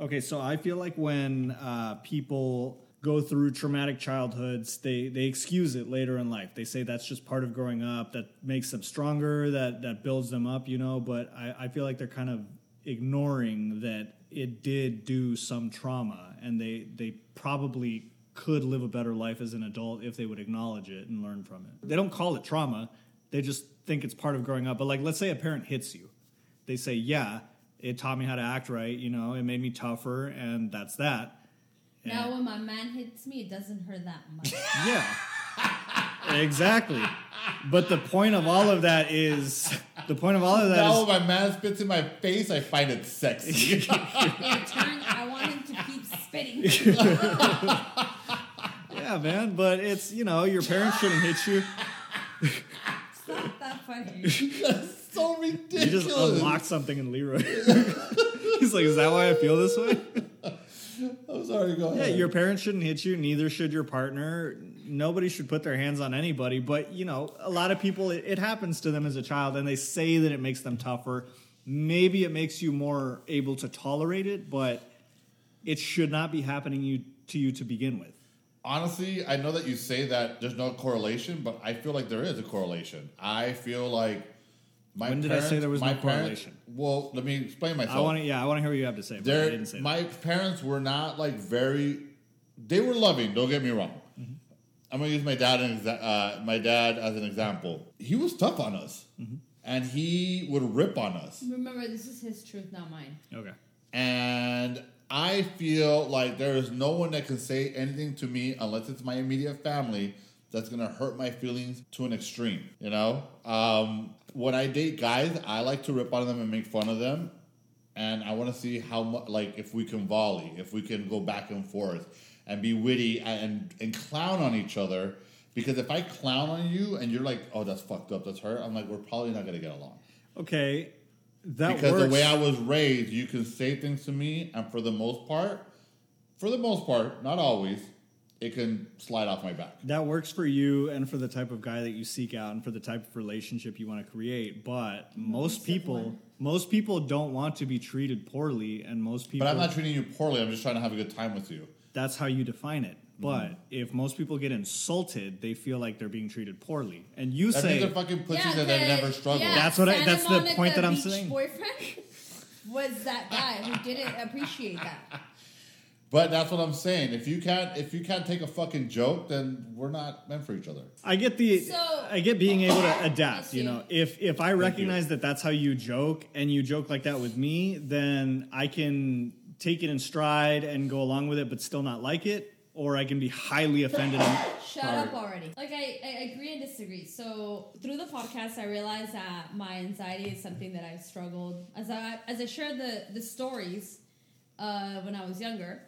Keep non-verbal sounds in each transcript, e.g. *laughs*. Okay, so I feel like when uh, people go through traumatic childhoods, they they excuse it later in life. They say that's just part of growing up. That makes them stronger. That that builds them up. You know, but I, I feel like they're kind of ignoring that it did do some trauma, and they they probably could live a better life as an adult if they would acknowledge it and learn from it. They don't call it trauma. They just think it's part of growing up. But like, let's say a parent hits you, they say, "Yeah, it taught me how to act right. You know, it made me tougher, and that's that." Now, when my man hits me, it doesn't hurt that *laughs* much. Yeah. exactly. But the point of all of that is the point of all of that now is when my man spits in my face, I find *laughs* it sexy. In turn, I want him to keep spitting. yeah, man, but it's, you know, your parents shouldn't hit you. It's not that funny. so ridiculous. You just unlocked something in Leroy. *laughs* He's like, "Is that why I feel this way?" I'm sorry, go Yeah, ahead. your parents shouldn't hit you, neither should your partner. Nobody should put their hands on anybody, but you know, a lot of people it, it happens to them as a child and they say that it makes them tougher. Maybe it makes you more able to tolerate it, but it should not be happening you to you to begin with. Honestly, I know that you say that there's no correlation, but I feel like there is a correlation. I feel like my When did I parents, say there was my no parents- correlation? Well, let me explain myself. I want to yeah, I want to hear what you have to say. But I They're- didn't say that. my parents were not like very. They were loving. Don't get me wrong. Mm-hmm. I'm gonna use my dad and exa- uh, my dad as an example. He was tough on us, Mm-hmm. and he would rip on us. Remember, this is his truth, not mine. Okay. And I feel like there is no one that can say anything to me unless it's my immediate family that's gonna hurt my feelings to an extreme. You know, um, when I date guys, I like to rip on them and make fun of them, and I want to see how much like if we can volley, if we can go back and forth, and be witty and and clown on each other. Because if I clown on you and you're like, "Oh, that's fucked up, that's hurt," I'm like, "We're probably not gonna get along." Okay. That because works. the way I was raised, you can say things to me, and for the most part, for the most part, not always, it can slide off my back. that works for you and for the type of guy that you seek out and for the type of relationship you want to create but most people most people don't want to be treated poorly and most people But I'm not treating you poorly. I'm just trying to have a good time with you. that's how you define it Mm-hmm. but if most people get insulted they feel like they're being treated poorly and you That means say they're fucking pussies and they the- never struggle. yeah, That's what I- Santa that's the Monica point that I'm Beach saying. Boyfriend *laughs* was that guy who didn't appreciate that. But that's what I'm saying. If you can't, if you can't take a fucking joke, then we're not meant for each other. I get the So- I get being able to adapt. You you. know, if if I recognize that that's how you joke and you joke like that with me, then I can take it in stride and go along with it, but still not like it, or I can be highly offended. And, Shut up already. Like I, I agree and disagree. So through the podcast, I realized that my anxiety is something that I've struggled as I as I shared the the stories uh, when I was younger.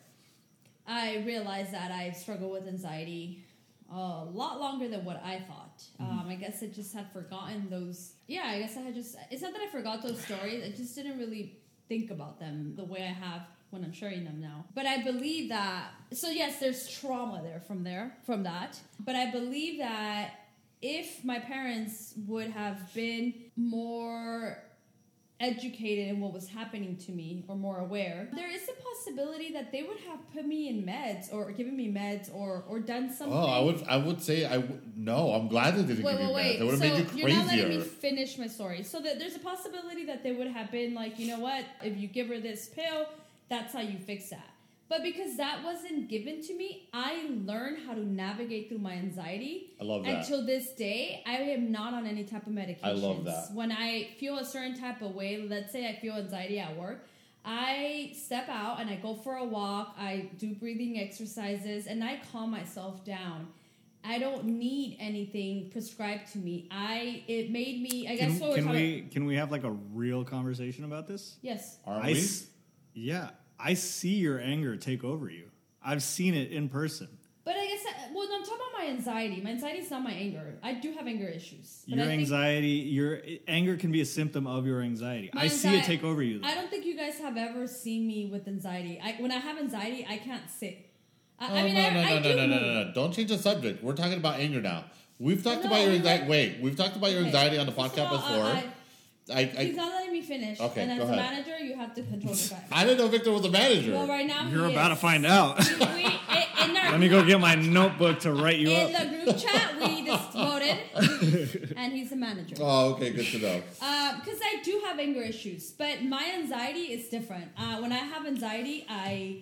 I realized that I've struggled with anxiety a lot longer than what I thought. Um, I guess I just had forgotten those. Yeah, I guess I had just. It's not that I forgot those stories. I just didn't really think about them the way I have when I'm sharing them now. But I believe that. So yes, there's trauma there from there from that. But I believe that if my parents would have been more educated in what was happening to me or more aware there is a possibility that they would have put me in meds or given me meds or or done something Oh, I would, I would say, I w- no. I'm glad they didn't Wait, give you wait, wait. meds. It would have so made you are not letting me crazier. finish my story. So that there's a possibility that they would have been like, you know what? If you give her this pill, that's how you fix that. But because that wasn't given to me, I learned how to navigate through my anxiety. I love that. Until this day, I am not on any type of medication. I love medications. that. When I feel a certain type of way, let's say I feel anxiety at work, I step out and I go for a walk, I do breathing exercises, and I calm myself down. I don't need anything prescribed to me. I it made me I guess can what we're can talking we can we have like a real conversation about this? Yes. Aren't I we? s- yeah, I see your anger take over you. I've seen it in person. But I guess I, well no, I'm talking about my anxiety. My anxiety is not my anger. I do have anger issues. But your I think- anxiety, your anger can be a symptom of your anxiety. My I see it anxi- take over you. Though. I don't think you guys have ever seen me with anxiety. I, when I have anxiety, I can't sit. I, I Oh, mean, no, I, no, no, I no, do no, no, move. no, no. Don't change the subject. We're talking about anger now. We've talked No, about your we anxiety. were- Wait, we've talked about your Okay. anxiety on the First of podcast all, uh, before. I- I- I, He's I, not letting me finish. Okay, and as go a ahead. manager, you have to control the guy. I didn't know Victor was a manager. Well, right now You're he about to is. find *laughs* out. *laughs* We, in, in our, Let me go get my notebook to write you In up. the group chat, we *laughs* just voted, and he's the manager. Oh, okay, good to know. because Uh, I do have anger issues, but my anxiety is different. Uh, when I have anxiety, I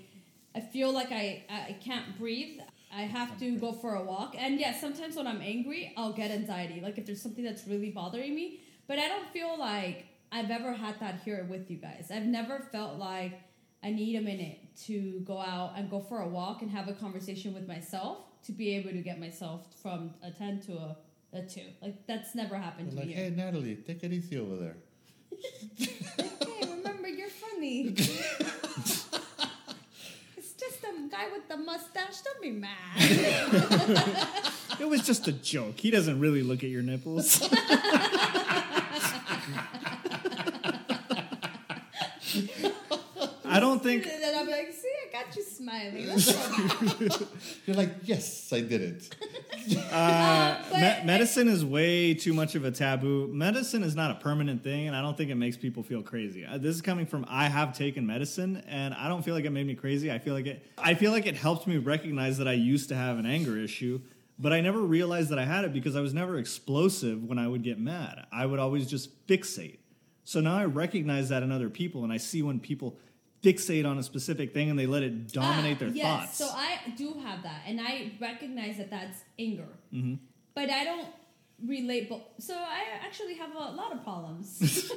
I feel like I I can't breathe. I have to go for a walk, and yes, sometimes when I'm angry, I'll get anxiety. Like if there's something that's really bothering me, but I don't feel like I've ever had that here with you guys. I've never felt like I need a minute to go out and go for a walk and have a conversation with myself to be able to get myself from a ten to a. A two, like that's never happened I'm to like, me. hey, Natalie, take it easy over there. Hey, remember you're *laughs* funny. it's just a guy with the mustache. Don't be mad. It was just a joke. He doesn't really look at your *laughs* nipples. I don't think *laughs* and then I'm like, see, I got you smiling. Let's go back." You're like, yes, I did it. uh, but- me- medicine is way too much of a taboo. Medicine is not a permanent thing, and I don't think it makes people feel crazy. Uh, This is coming from I have taken medicine, and I don't feel like it made me crazy. I feel like it. I feel like it helped me recognize that I used to have an anger issue, but I never realized that I had it because I was never explosive when I would get mad. I would always just fixate. So now I recognize that in other people, and I see when people fixate on a specific thing and they let it dominate Ah, their yes. thoughts. So I do have that, and I recognize that that's anger. Mm-hmm. But I don't relate. Bo- so I actually have a lot *laughs* of problems.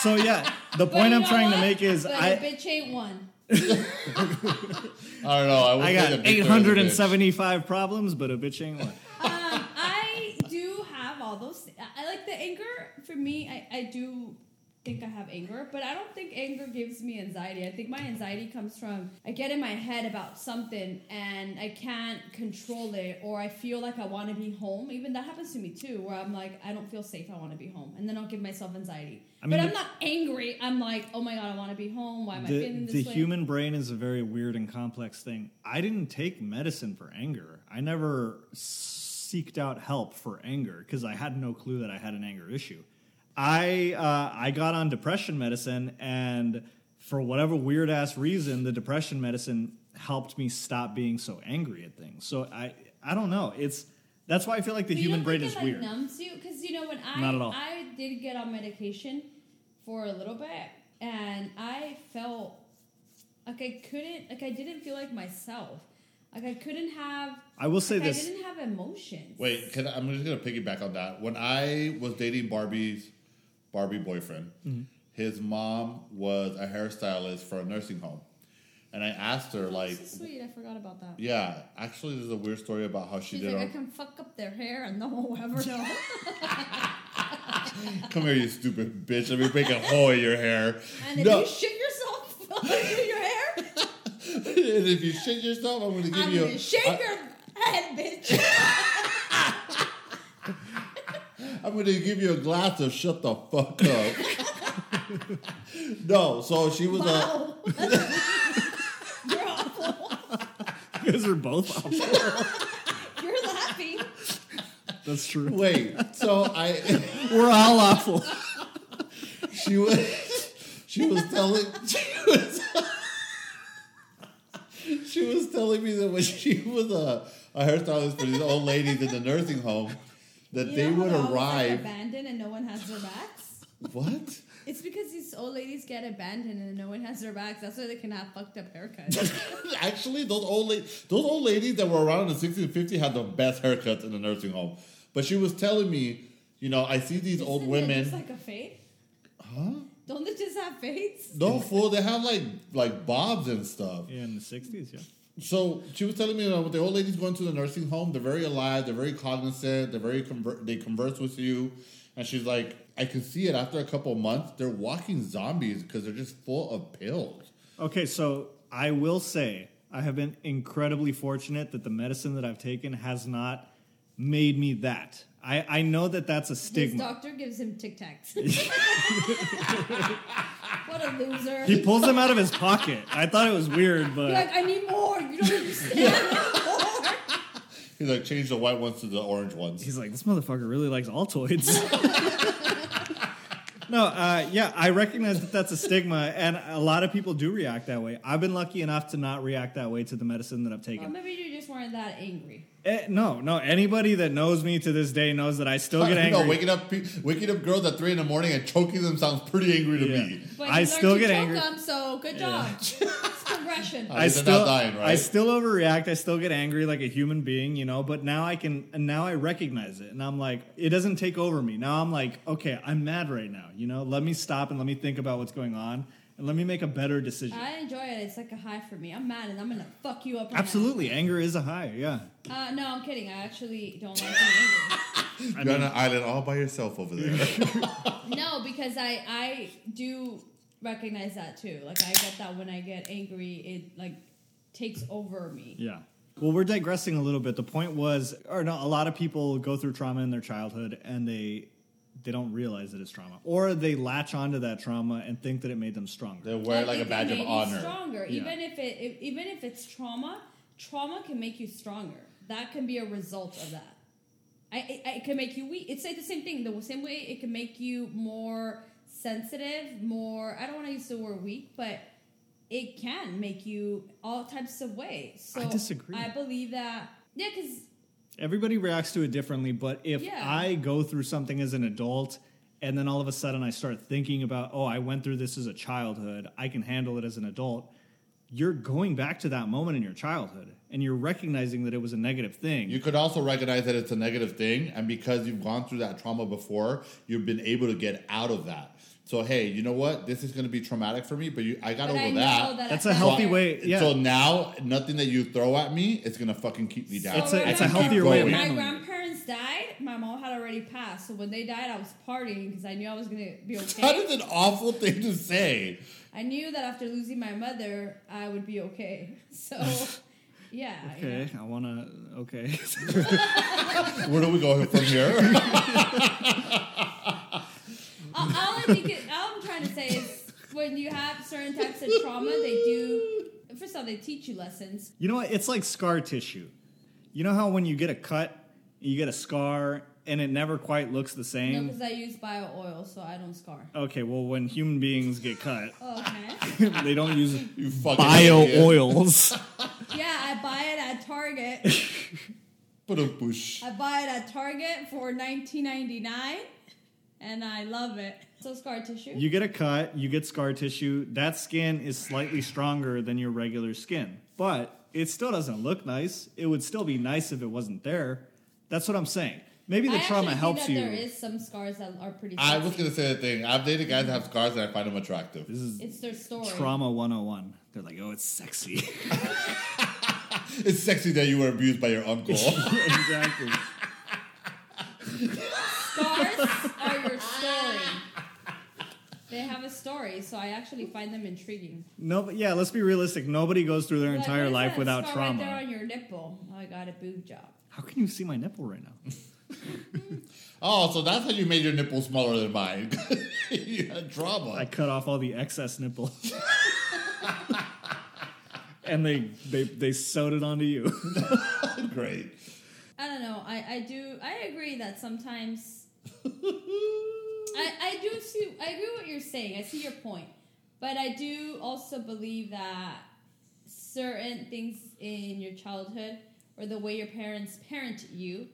so *laughs* yeah, the But point you I'm know trying what? to make is but I. a bitch ain't one. I don't know. I, would I say got that Victor is a bitch. 875 problems, but a bitch ain't one. um, I do have all those. thi- I I like the anger. For me, I, I do think I have anger, but I don't think anger gives me anxiety. I think my anxiety comes from I get in my head about something and I can't control it, or I feel like I want to be home. Even that happens to me too, where I'm like, I don't feel safe. I want to be home, and then I'll give myself anxiety. I mean, but I'm the- not angry. I'm like, oh my god, I want to be home. Why am I The, feeling this the way? human brain is a very weird and complex thing. I didn't take medicine for anger. I never seeked out help for anger because I had no clue that I had an anger issue. I uh, I got on depression medicine, and for whatever weird ass reason, the depression medicine helped me stop being so angry at things. So I I don't know. It's that's why I feel like the But you human don't brain think is it, like, weird. Numbs you because you know when I Not at all. I did get on medication for a little bit, and I felt like I couldn't like I didn't feel like myself. Like I couldn't have. I will say like, this. I didn't have emotions. Wait, can I, I'm just gonna piggyback on that. When I was dating Barbie's Barbie boyfriend, his mom was a hairstylist for a nursing home, and I asked her That's like, so sweet. I forgot about that. yeah, actually, there's a weird story about how she She's did. like, I her- can fuck up their hair and no one will *laughs* ever know. Come here, you stupid bitch! Let me break a hole in your hair. And if no, you shit yourself *laughs* through your hair, *laughs* and if you shit yourself, I'm gonna give I'm you. gonna a- shake your head, bitch. I'm gonna give you a glass of shut the fuck up. *laughs* no, so she was a. Wow. *laughs* You're awful. *laughs* Because they're both awful. You're laughing. That's true. Wait, so I. *laughs* We're all awful. She was she was telling *laughs* she was she was telling me that when she was a, a hairstylist for these old ladies in the nursing home, that You they know how would they're always, like, arrive. abandoned and no one has their backs. what? *laughs* It's because these old ladies get abandoned and no one has their backs. That's why they can have fucked up haircuts. Actually, those old la- those old ladies that were around in the 60s and 50s had the best haircuts in the nursing home. But she was telling me, you know, I see these old Isn't it women. just like a fade. Huh? Don't they just have fades? no fool, they have like like bobs and stuff. Yeah, in the 60s, yeah. So she was telling me about the old ladies going to the nursing home. They're very alive. They're very cognizant. They're very conver- they converse with you, and she's like, I can see it after a couple of months. They're walking zombies because they're just full of pills. Okay, so I will say I have been incredibly fortunate that the medicine that I've taken has not made me that. I, I know that that's a His stigma. doctor gives him Tic Tacs. *laughs* what a loser. He pulls them out of his pocket. I thought it was weird, You're but like, I need more. You don't understand. I need more. He's like, change the white ones to the orange ones. he's like, this motherfucker really likes Altoids. *laughs* No, uh, yeah, I recognize that that's a stigma, and a lot of people do react that way. I've been lucky enough to not react that way to the medicine that I've Well, taken. *laughs* maybe you just weren't that angry. Eh, no, no, anybody that knows me to this day knows that I still get *laughs* No, angry. waking up, pe- waking up girls at three in the morning and choking them sounds pretty angry to Yeah. me. But I you learned still to get choke angry. Them, so good job. it's progression. I- I They're not still, dying, right? I still overreact. I still get angry like a human being, you know. But now I can, and now I recognize it, and I'm like, it doesn't take over me. Now I'm like, okay, I'm mad right now, you know. Let me stop and let me think about what's going on, and let me make a better decision. I enjoy it. It's like a high for me. I'm mad and I'm gonna fuck you up. Right Absolutely, anger is a high. Yeah, Now. Uh, no, I'm kidding. I actually don't like being You're on an island all by yourself over *laughs* there. *laughs* angry. No, because I I do recognize that too. Like I get that when I get angry, it like takes over me. yeah. Well, we're digressing a little bit. The point was, or no, a lot of people go through trauma in their childhood, and they they don't realize that it's trauma, or they latch onto that trauma and think that it made them stronger. they wear like a it can badge make of you honor. Stronger, Yeah. even if it, if- even if it's trauma, trauma can make you stronger. That can be a result of that. I, it, it can make you weak. It's like the same thing. The same way it can make you more sensitive, more. I don't want to use the word weak, but it can make you all types of ways. So I disagree. I believe that. Yeah, because Everybody reacts to it differently, but if Yeah. I go through something as an adult and then all of a sudden I start thinking about, oh, I went through this as a childhood, I can handle it as an adult, you're going back to that moment in your childhood and you're recognizing that it was a negative thing. You could also recognize that it's a negative thing, and because you've gone through that trauma before, you've been able to get out of that. So hey, you know what? This is going to be traumatic for me, but you, I got but over I know that. that That's I a felt healthy it. way. Yeah. So now, nothing that you throw at me, it's gonna fucking keep me down. It's a- I it's a can keep healthier way of going. handling My it. grandparents died. My mom had already passed. So when they died, I was partying because I knew I was going to be That is okay. an awful thing to say. I knew that after losing my mother, I would be okay. *laughs* So, yeah. you know. okay, I want to, okay. *laughs* Where do we go from here? *laughs* All, all I think is, all I'm trying to say is when you have certain types of trauma, they do. First of all, they teach you lessons. You know what? It's like scar tissue. You know how when you get a cut, you get a scar and it never quite looks the No, same? because I use bio oil, so I don't scar. Okay, well, when human beings get *laughs* cut, Okay. they don't use you fucking *laughs* bio idiot. oils. Yeah, I buy it at Target. Put a push. I buy it at Target for 19.99, and I love it. So scar tissue. You get a cut, you get scar tissue. That skin is slightly stronger than your regular skin, but it still doesn't look nice. It would still be nice if it wasn't there. That's what I'm saying. Maybe the I trauma actually helps think you. that There is some scars that are pretty. I was sexy. gonna say the thing. I've dated guys that have scars, and I find them attractive. this is It's their story. trauma 101. They're like, oh, it's *laughs* sexy. *laughs* It's sexy that you were abused by your *laughs* uncle. exactly. Scars are your story. They have a story, so I actually find them intriguing. No, but yeah, let's be realistic. Nobody goes through their Like, entire what is life that without scar trauma. Right there on your nipple. Oh, I got a boob job. How can you see my nipple right now? oh, so that's how you made your nipple smaller than mine. *laughs* you had trauma. I cut off all the excess nipples. *laughs* and they, they they sewed it onto you. *laughs* Great. I don't know. I, I do. I agree that *laughs* sometimes. I, I do see. I agree with what you're saying. I see your point, but I do also believe that certain things in your childhood or the way your parents parent you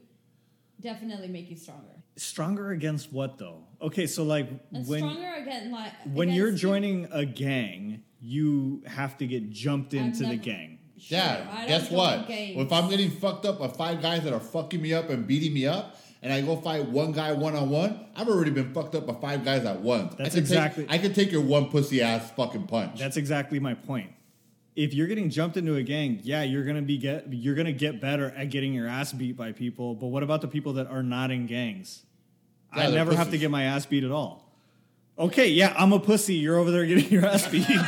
definitely make you stronger stronger against what though okay so like and when stronger again like when against you're people- joining a gang you have to get jumped into the never- gang Sure, I Yeah, don't guess join what? gangs. If I'm getting fucked up by five guys that are fucking me up and beating me up, and I go fight one guy one on one, I've already been fucked up by five guys at once. I That's could exactly- Take, I could take your one pussy ass fucking punch. that's exactly my point if you're getting jumped into a gang yeah you're gonna be get you're gonna get better at getting your ass beat by people but what about the people that are not in gangs Yeah, i they're never have to pussies. get my ass beat at all okay yeah i'm a pussy you're over there getting your ass *laughs* beat you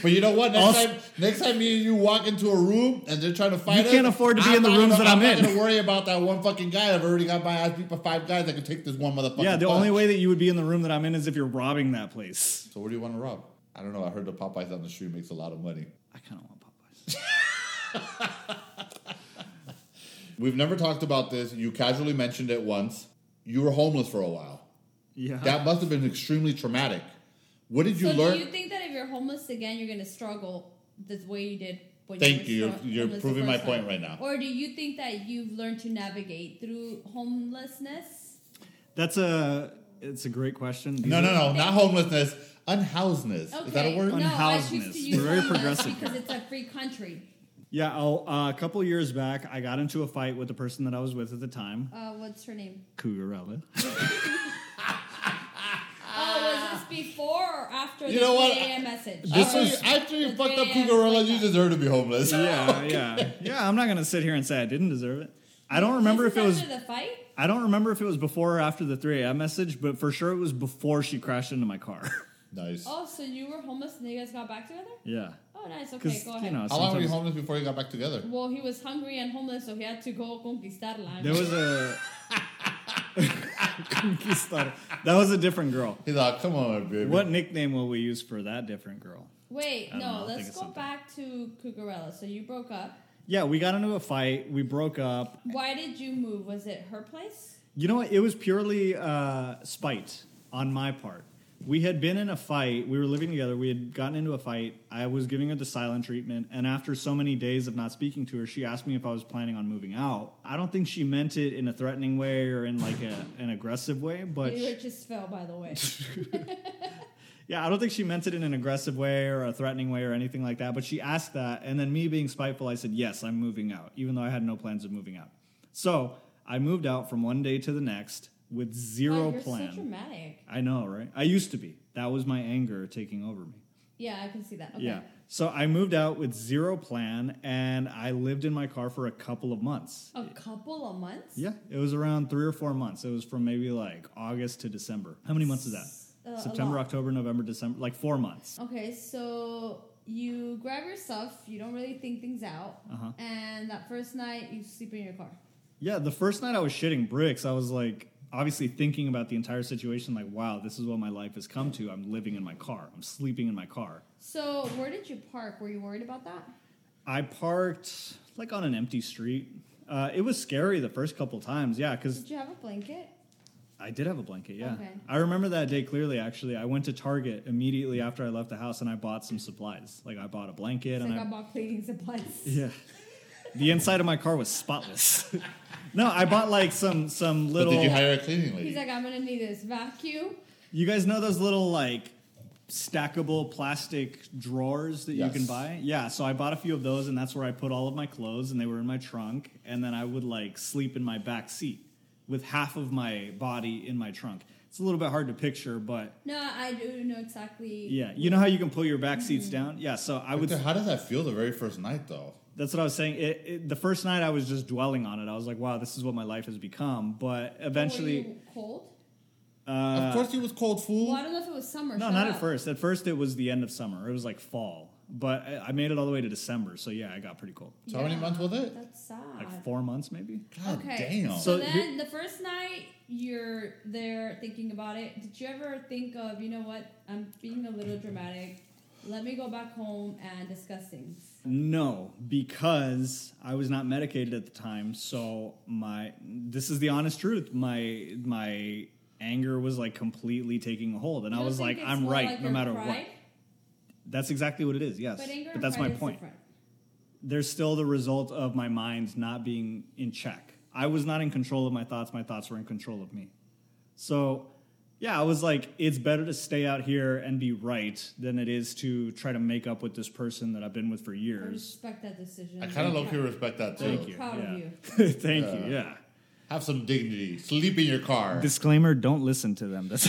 But you know what? Next Also- time, next time me and you walk into a room and they're trying to fight, us, can't afford to be in the not rooms gonna- that I'm not in. gonna worry about that one fucking guy. I've already got my ass beat by five guys. I could take this one motherfucker. yeah the only way that you would be in the room that i'm in is if you're robbing that place So where do you want to rob? I don't know. I heard the Popeyes on the street makes a lot of money. i kind of want popeyes *laughs* We've never talked about this. You casually mentioned it once. You were homeless for a while. Yeah. That must have been extremely traumatic. What did you so learn? do you think that if you're homeless again, you're going to struggle the way you did? When Thank you. were You're- stro- you're homeless the proving my first time? point right now. Or do you think that you've learned to navigate through homelessness? That's a it's a great question. These no, are- no, no. Not homelessness. Unhousedness. Okay. Is that a word? No, I choose Unhousedness. to use We're very homeless progressive because it's a free country. Yeah, I'll, uh, a couple years back, I got into a fight with the person that I was with at the time, Uh, what's her name? Cougarella. oh, was this before or after Ah. You the know what? AA message? After, Or- you, after you the fucked up three AM Cougarella, wake you up. deserve to be homeless. Yeah, yeah, yeah. I'm not gonna sit here and say I didn't deserve it. I don't remember if This it is was. after the fight. I don't remember if it was before or after the 3 a.m. message, but for sure it was before she crashed into my car. *laughs* Nice. Oh, so you were homeless and you guys got back together? yeah, Oh, nice. Okay, because go ahead. you know How long were you sometimes- homeless before you got back together? well, he was hungry and homeless, so he had to go conquistarla. there was a. *laughs* Conquistador. that was a different girl. He's like, come on, baby. What nickname will we use for that different girl? Wait, I don't know, no, I think let's it's go something. back to Cucurella. So you broke up. Yeah, we got into a fight. We broke up. Why did you move? Was it her place? You know what? It was purely uh, spite on my part. We had been in a fight. We were living together. We had gotten into a fight. I was giving her the silent treatment. And after so many days of not speaking to her, she asked me if I was planning on moving out. I don't think she meant it in a threatening way or in like a, an aggressive way, but You were just fell, by *laughs* the way. yeah, I don't think she meant it in an aggressive way or a threatening way or anything like that. But she asked that, and then me being spiteful, I said, "Yes, I'm moving out," even though I had no plans of moving out. So I moved out from one day to the next with zero Wow, you're so plan. dramatic. I know, right? I used to be. That was my anger taking over me. Yeah, I can see that. Okay. Yeah. So I moved out with zero plan, and I lived in my car for a couple of months. A couple of months? Yeah, it was around three or four months. It was from maybe like August to December. How many months is that? Uh, a September, lot. Oh. October, November, December, like four months. Okay, so you grab your stuff, you don't really think things out, Uh-huh. and that first night you sleep in your car. Yeah, the first night I was shitting bricks, I was like obviously thinking about the entire situation like, wow, this is what my life has come to. I'm living in my car. I'm sleeping in my car. So where did you park? Were you worried about that? I parked like on an empty street. Uh, it was scary the first couple times, yeah, because Did you have a blanket? I did have a blanket, yeah. Okay. I remember that day clearly, actually. I went to Target immediately after I left the house and I bought some supplies. Like, I bought a blanket It's and like *laughs* I I. bought cleaning supplies. Yeah. The inside of my car was spotless. *laughs* no, I bought like some some But little. did you hire a cleaning lady? He's like, I'm gonna need this vacuum. You guys know those little like stackable plastic drawers that Yes. you can buy? Yeah, so I bought a few of those and that's where I put all of my clothes and they were in my trunk and then I would like sleep in my back seat with half of my body in my trunk. It's a little bit hard to picture, but No, I do know exactly. yeah, you know how you can pull your back seats Mm-hmm. down? Yeah, so I would Dude, How does that feel the very first night, though? that's what I was saying. It, it, the first night I was just dwelling on it. I was like, wow, this is what my life has become, but Were eventually you cold. uh of course, he was cold food. Well, I don't know if it was summer. No, shut not up. at first. At first, it was the end of summer. It was like fall, but I, I made it all the way to December. So yeah, I got pretty cold. So how many months was it? That's sad. Like four months, maybe. God damn. So So, then the first night you're there thinking about it, did you ever think of, you know what, I'm being a little dramatic. Let me go back home and discuss things. No, because I was not medicated at the time. So my this is the honest truth. My my anger was like completely taking a hold, and I You don't was think like, it's I'm more right, like no your matter what. pride? That's exactly what it is. Yes, But anger and that's pride my is point. different. there's still the result of my mind not being in check. I was not in control of my thoughts. My thoughts were in control of me. So, yeah, I was like, it's better to stay out here and be right than it is to try to make up with this person that I've been with for I years. respect that decision. I kind of low key respect that too. Thank I'm you. proud of yeah. you. *laughs* Thank you. Yeah. Have some dignity. Sleep in your car. Disclaimer: Don't listen to them. *laughs* That's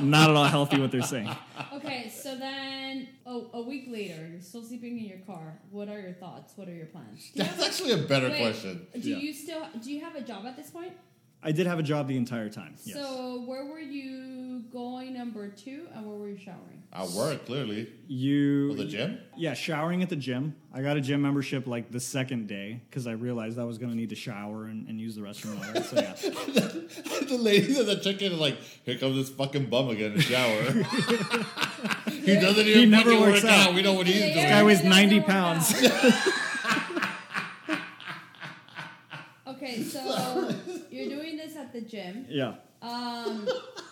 not at all healthy what they're saying. Okay, so then oh, a week later, you're still sleeping in your car. What are your thoughts? What are your plans? *laughs* Do you That's actually a better wait, question. Do Yeah. you still do you have a job at this point? I did have a job the entire time. Yes. So where were you going number two, and where were you showering? At work, clearly. you Well, Oh, the gym? *laughs* Yeah, showering at the gym. I got a gym membership like the second day because I realized I was going to need to shower and, and use the restroom. and all that. So yeah, *laughs* the ladies at the chicken are like, here comes this fucking bum again in the *laughs* shower. he doesn't even He never fucking works work out. out. We know what he's Yeah, doing. yeah, guy yeah, weighs yeah, yeah, 90 yeah, yeah. pounds. *laughs* okay, so you're doing this at the gym. yeah. Um,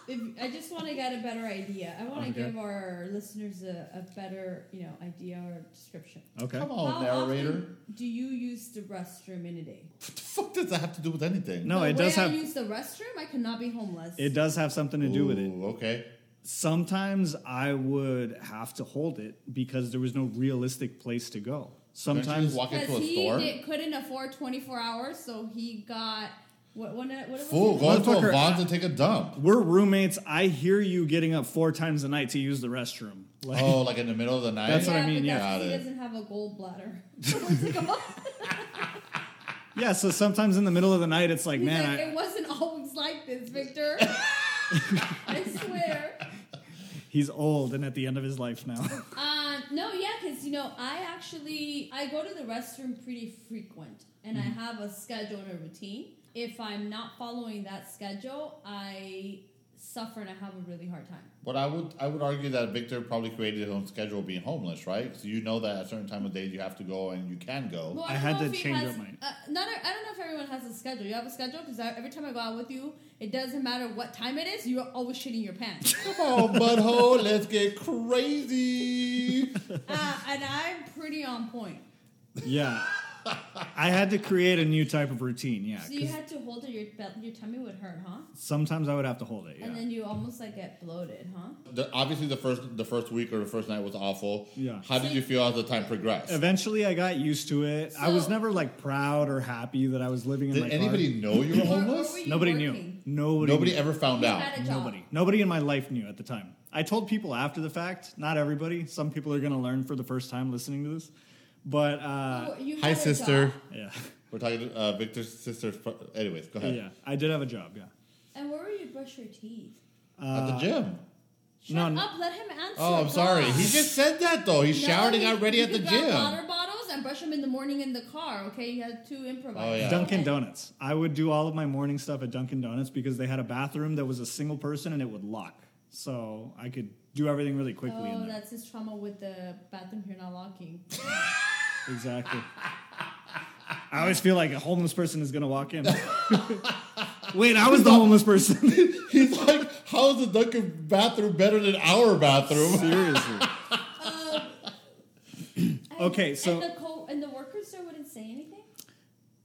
if, I just want to get a better idea. I want to Okay. give our listeners a, a better, you know, idea or description. Okay. Come on, How narrator. often do you use the restroom in a day? What the fuck does that have to do with anything? No, the it way does I have use the restroom. I cannot be homeless. it does have something to do with it. Ooh, Okay. Sometimes I would have to hold it because there was no realistic place to go. Couldn't you Sometimes just walk into because a he store. did, couldn't afford 24 hours, so he got what? What? what was Fool, it? go into a Motherfucker, Vons and take *laughs* a dump. we're roommates. I hear you getting up four times a night to use the restroom. Like, Oh, like in the middle of the night. That's what I Yeah, mean, but yeah. that's 'cause Got he it. doesn't have a *laughs* gallbladder. *laughs* What's it called? Oh. yeah. So sometimes in the middle of the night, it's like, He's man, like, I, it wasn't always like *laughs* this, Victor. I swear. he's old and at the end of his life now. *laughs* Uh, no, yeah, because you know, I actually I go to the restroom pretty frequent, and Mm-hmm. I have a schedule and a routine. If I'm not following that schedule, I suffer and I have a really hard time. But I would I would argue that Victor probably created his own schedule being homeless, right? So you know that at certain time of day you have to go and you can go. Well, I don't had know to if he change has- up mine. Uh, not I I don't know if everyone has a schedule. You have a schedule because every time I go out with you, it doesn't matter what time it is. You're always shitting your *laughs* pants. Come on, butthole, let's get crazy. uh, and I'm pretty on point. yeah. I had to create a new type of routine. Yeah. So you 'cause had to hold it. Your belt, your tummy would hurt, huh? sometimes I would have to hold it. Yeah. And then you almost like get bloated, huh? The, obviously, the first the first week or the first night was awful. Yeah. How did you feel as the time progressed? Eventually, I got used to it. I was So- never like proud or happy that I was living in Did my anybody car. know you were Or- or homeless? were you Nobody knew. working? Nobody. Nobody knew. ever found You out. had a job. Nobody. Nobody in my life knew at the time. I told people after the fact. Not everybody. Some people are going to learn for the first time listening to this. But uh, You Hi, had a sister. job. yeah, We're talking to uh, Victor's sister. Anyways, go ahead. yeah. I did have a job. Yeah. And where were you brush your teeth? At the gym. Shut No, up! Let him answer. Oh, I'm sorry. God. He just said that though. He No, showered and you- got ready you at the could grab gym. Water bottles and brush them in the morning in the car. Okay, you had to improvise. Oh, yeah. Dunkin' Okay. Donuts. I would do all of my morning stuff at Dunkin' Donuts because they had a bathroom that was a single person and it would lock, so I could do everything really quickly Oh, in there. that's his trauma with the bathroom here not locking. Exactly. I always feel like a homeless person is going to walk in. *laughs* Wait, I was the homeless person. *laughs* *laughs* He's like, how is the Dunkin' bathroom better than our bathroom? *laughs* Seriously. Okay, And- so- and the co- and the workers there wouldn't say anything.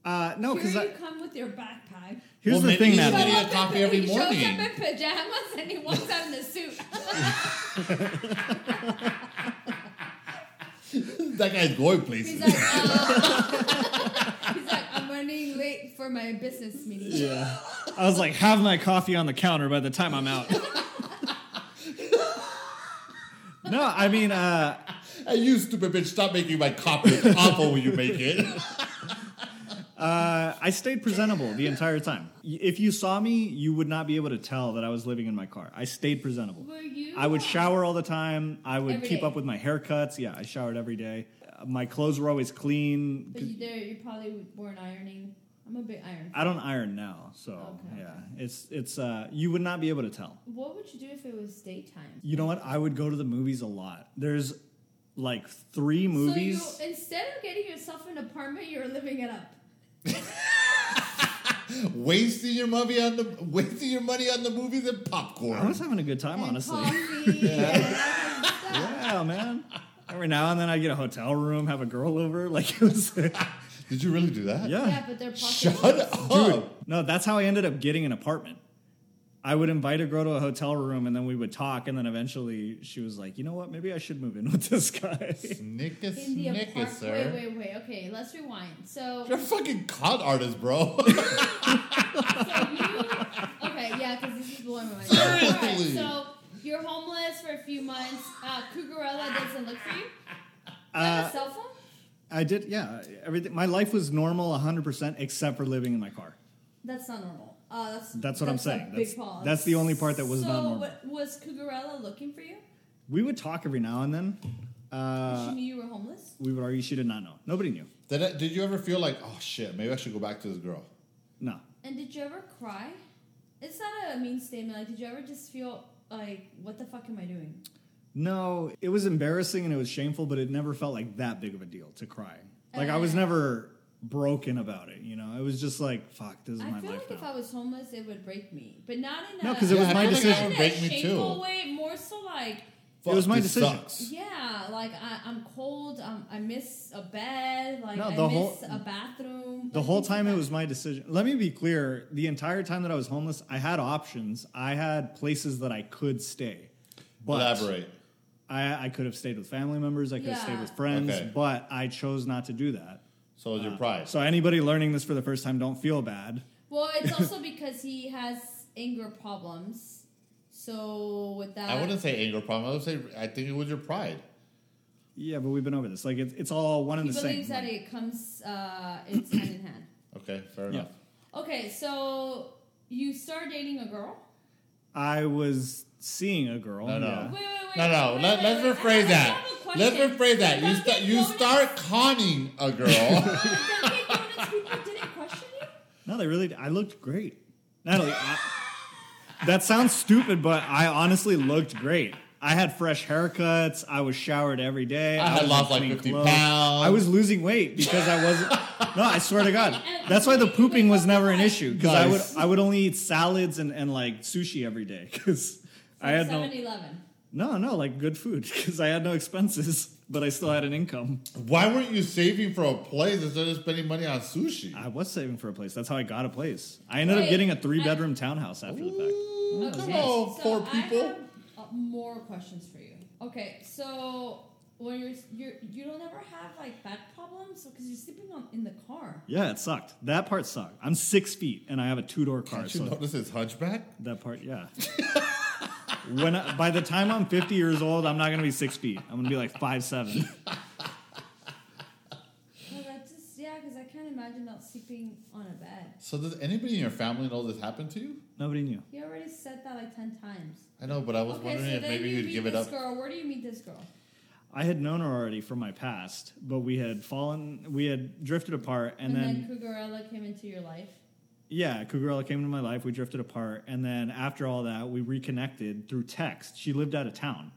Uh, no, because Here you come with your backpack. here's Well, the maybe thing, you Natalie. should- Shows a up in- coffee every He morning. shows up in pajamas and he walks out in a suit. that guy's going He's places. *laughs* like, uh, *laughs* he's like, I'm running late for my business meeting. Yeah. I was like, have my coffee on the counter by the time I'm *laughs* out. no, I mean, uh, Hey, you stupid bitch, stop making my copy. It's *laughs* awful when you make it. *laughs* uh, I stayed presentable the entire time. Y- If you saw me, you would not be able to tell that I was living in my car. I stayed presentable. Were you? I would shower all the time. I would Every keep day. up with my haircuts. Yeah, I showered every day. Uh, My clothes were always clean. But you, there, you probably weren't ironing. I'm a big iron. I don't iron now, so Okay. yeah, it's it's uh, you would not be able to tell. What would you do if it was daytime? You know what? I would go to the movies a lot. There's like three movies. So you, instead of getting yourself an apartment, you're living it up. wasting your money on the wasting your money on the movies and popcorn. I was having a good time, And honestly. Coffee, *laughs* and all that stuff. *laughs* Yeah, man. Every now and then I get a hotel room, have a girl over. *laughs* Like it was, Did you really do that? yeah. Yeah, but they're Shut pockets. up. No, that's how I ended up getting an apartment. I would invite a girl to a hotel room, and then we would talk, and then eventually she was like, "You know what? Maybe I should move in *laughs* with this guy." Snicker, In the snicker, apartment. sir. Wait, wait, wait. Okay, let's rewind. *laughs* So, You're a fucking con artist, bro. *laughs* okay, yeah, because this is blowing my mind. All right, Seriously. so you're homeless for a few months. Uh, Cougarella doesn't look for you. Do you have a Uh, cell phone? I did, yeah. Everything. My life was normal, 100, percent except for living in my car. That's not normal. Uh, that's That's what I'm a saying. big That's- pause. that's the only part that was so, not normal. what- was Cougarella looking for you? We would talk every now and then. she Uh, knew you were homeless. we would argue. She did not know. Nobody knew. did, I, did you ever feel like, oh shit, maybe I should go back to this girl? No. And did you ever cry? It's not a mean statement. Like, did you ever just feel like, what the fuck am I doing? No, it Uh. was embarrassing and it was shameful, but it never felt like that big of a deal to cry. Like I was never broken about it. You know, it was just like, fuck, this is I my feel life like now. if I was homeless, it would break me, but not in a No, 'cause it was Yeah, my I feel like it decision. Not in would a break me too. shameful way, more so like It was my this decision. sucks. yeah, like I, I'm cold. Um, I miss a bed. Like No, I the miss whole- a bathroom. The like, whole *laughs* things like time it that. was my decision. Let me be clear. The entire time that I was homeless, I had options. I had places that I could stay. But Elaborate. I, I could have stayed with family members. I could have stayed Yeah. with friends. Okay. But I chose not to do that. So was your pride. So anybody learning this for the first time, don't feel bad. Well, it's also because he has anger problems. So with that, I wouldn't say anger problem. I would say I think it was your pride. Yeah, but we've been over this. Like it's it's all one he and the believes same. that Like, it comes. Uh, it's hand in hand. Okay, fair Yeah. enough. Okay, so you start dating a girl. I was seeing a girl. No, no. yeah. Wait, wait, wait. No, no. wait, Let, wait, let's wait. I rephrase have- I that. have a question. Let's rephrase that. You Dunkin' start. You Donuts- start conning a *laughs* girl. Dunkin' Donuts people didn't question you. No, they really. I looked great, Natalie. I, that sounds stupid, but I honestly looked great. I had fresh haircuts. I was showered every day. I had was in lost, like, clean 50 clothes. pounds. I was losing weight because I wasn't. *laughs* no, I swear to God, that's why the pooping was never an issue because I would Nice. I would only eat salads and, and like sushi every day *laughs* because I had no 7-Eleven. no no like good food *laughs* because I had no expenses, *laughs* but I still had an income. Why weren't you saving for a place instead of spending money on sushi? I was saving for a place. That's how I got a place. I ended up Wait, getting a I- three bedroom townhouse after the fact. Ooh, Come Okay, on, so poor I people. have, uh, more questions for you. Okay, so when you're you're you don't ever have like back problems because you're sleeping on, in the car. Yeah, it sucked. That part sucked. I'm six feet and I have a two door car, Did you so notice his hunchback? that part, yeah. *laughs* when I, by the time I'm 50 years old, I'm not gonna be six feet. I'm gonna be like five seven. *laughs* Like, I just yeah, because I can't imagine not sleeping on a bed. So does anybody in your family know this happened to you? Nobody knew. He already said that like ten times. I know, but I was okay, wondering so if then maybe you you'd meet give it this up. girl. Where do you meet this girl? I had known her already from my past, but we had fallen, we had drifted apart, and, then, then Cougarella came into your life. yeah, Cougarella came into my life. We drifted apart, and then after all that, we reconnected through text. She lived out of town,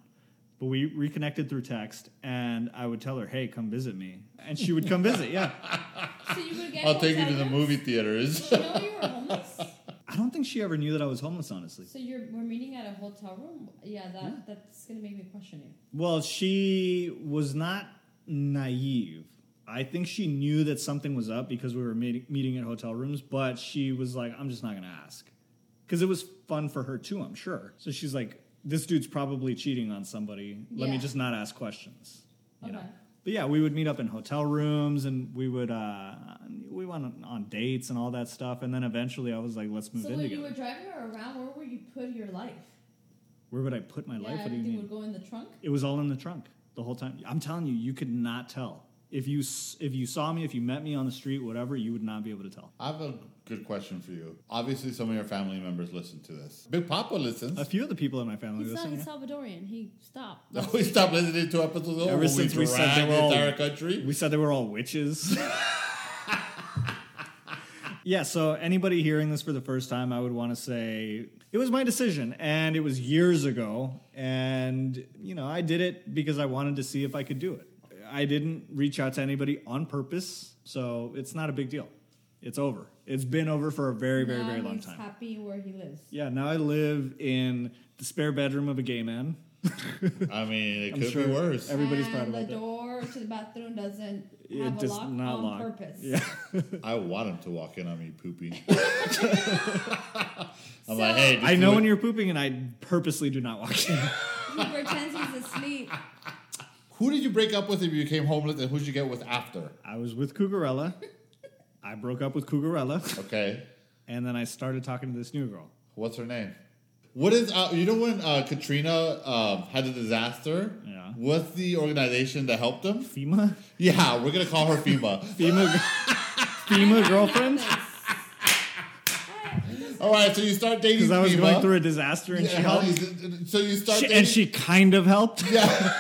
but we reconnected through text, and I would tell her, "Hey, come visit me," and she would come visit. Yeah. So you would get. I'll take you to the hotel movie rooms? theaters. Did She know you were homeless. I don't think she ever knew that I was homeless, honestly. So you're we're meeting at a hotel room. Yeah, that that's gonna make me question you. Well, she was not naive. I think she knew that something was up because we were meeting, meeting at hotel rooms, but she was like, I'm just not going to ask. Because it was fun for her too, I'm sure. So she's like, this dude's probably cheating on somebody. Let me Yeah. just not ask questions. You know? Okay. But yeah, we would meet up in hotel rooms and we would, uh, we went on- on dates and all that stuff. And then eventually I was like, let's move So in when you together. were driving her around, where would you put your life? Where would I put my yeah, life? What do you everything mean? would go in the trunk. It was all in the trunk the whole time. I'm telling you, you could not tell. If you s- if you saw me, if you met me on the street, whatever, you would not be able to tell. I have a good question for you. Obviously, some of your family members listen to this. Big Papa listens. A *laughs* few of the people in my family He's not listen. in yeah. Salvadorian. He stopped. No, we stopped listening to episodes Ever over when since we, we said they dragged were the all- entire country. We said they were all witches. yeah, so anybody hearing this for the first time, I would want to say it was my decision and it was years ago and you know, I did it because I wanted to see if I could do it. I didn't reach out to anybody on purpose, so it's not a big deal. It's over. It's been over for a very, very, very long he's time. happy where he lives. Yeah, now I live in the spare bedroom of a gay man. *laughs* I mean, it I'm could sure be worse. Everybody's proud and about the that. door to the bathroom doesn't It have a does lock not on lock. purpose. Yeah. I want him to walk in on *laughs* me pooping. I'm like, hey, just I know do when it. you're pooping and I purposely do not walk in. He pretends he's *laughs* asleep. Who did you break up with if you became homeless, and who did you get with after? I was with Cougarella. I broke up with Cougarella. Okay, And then I started talking to this new girl. what's her name? What is uh, you know when uh, Katrina um, had the disaster? Yeah. What's the organization that helped them? FEMA? Yeah, we're gonna call her FEMA. *laughs* FEMA, FEMA girlfriend? All right, so you start dating. Because I was FEMA. going through a disaster and Yeah, she helped. honey, So you start She- dating. and she kind of helped. Yeah.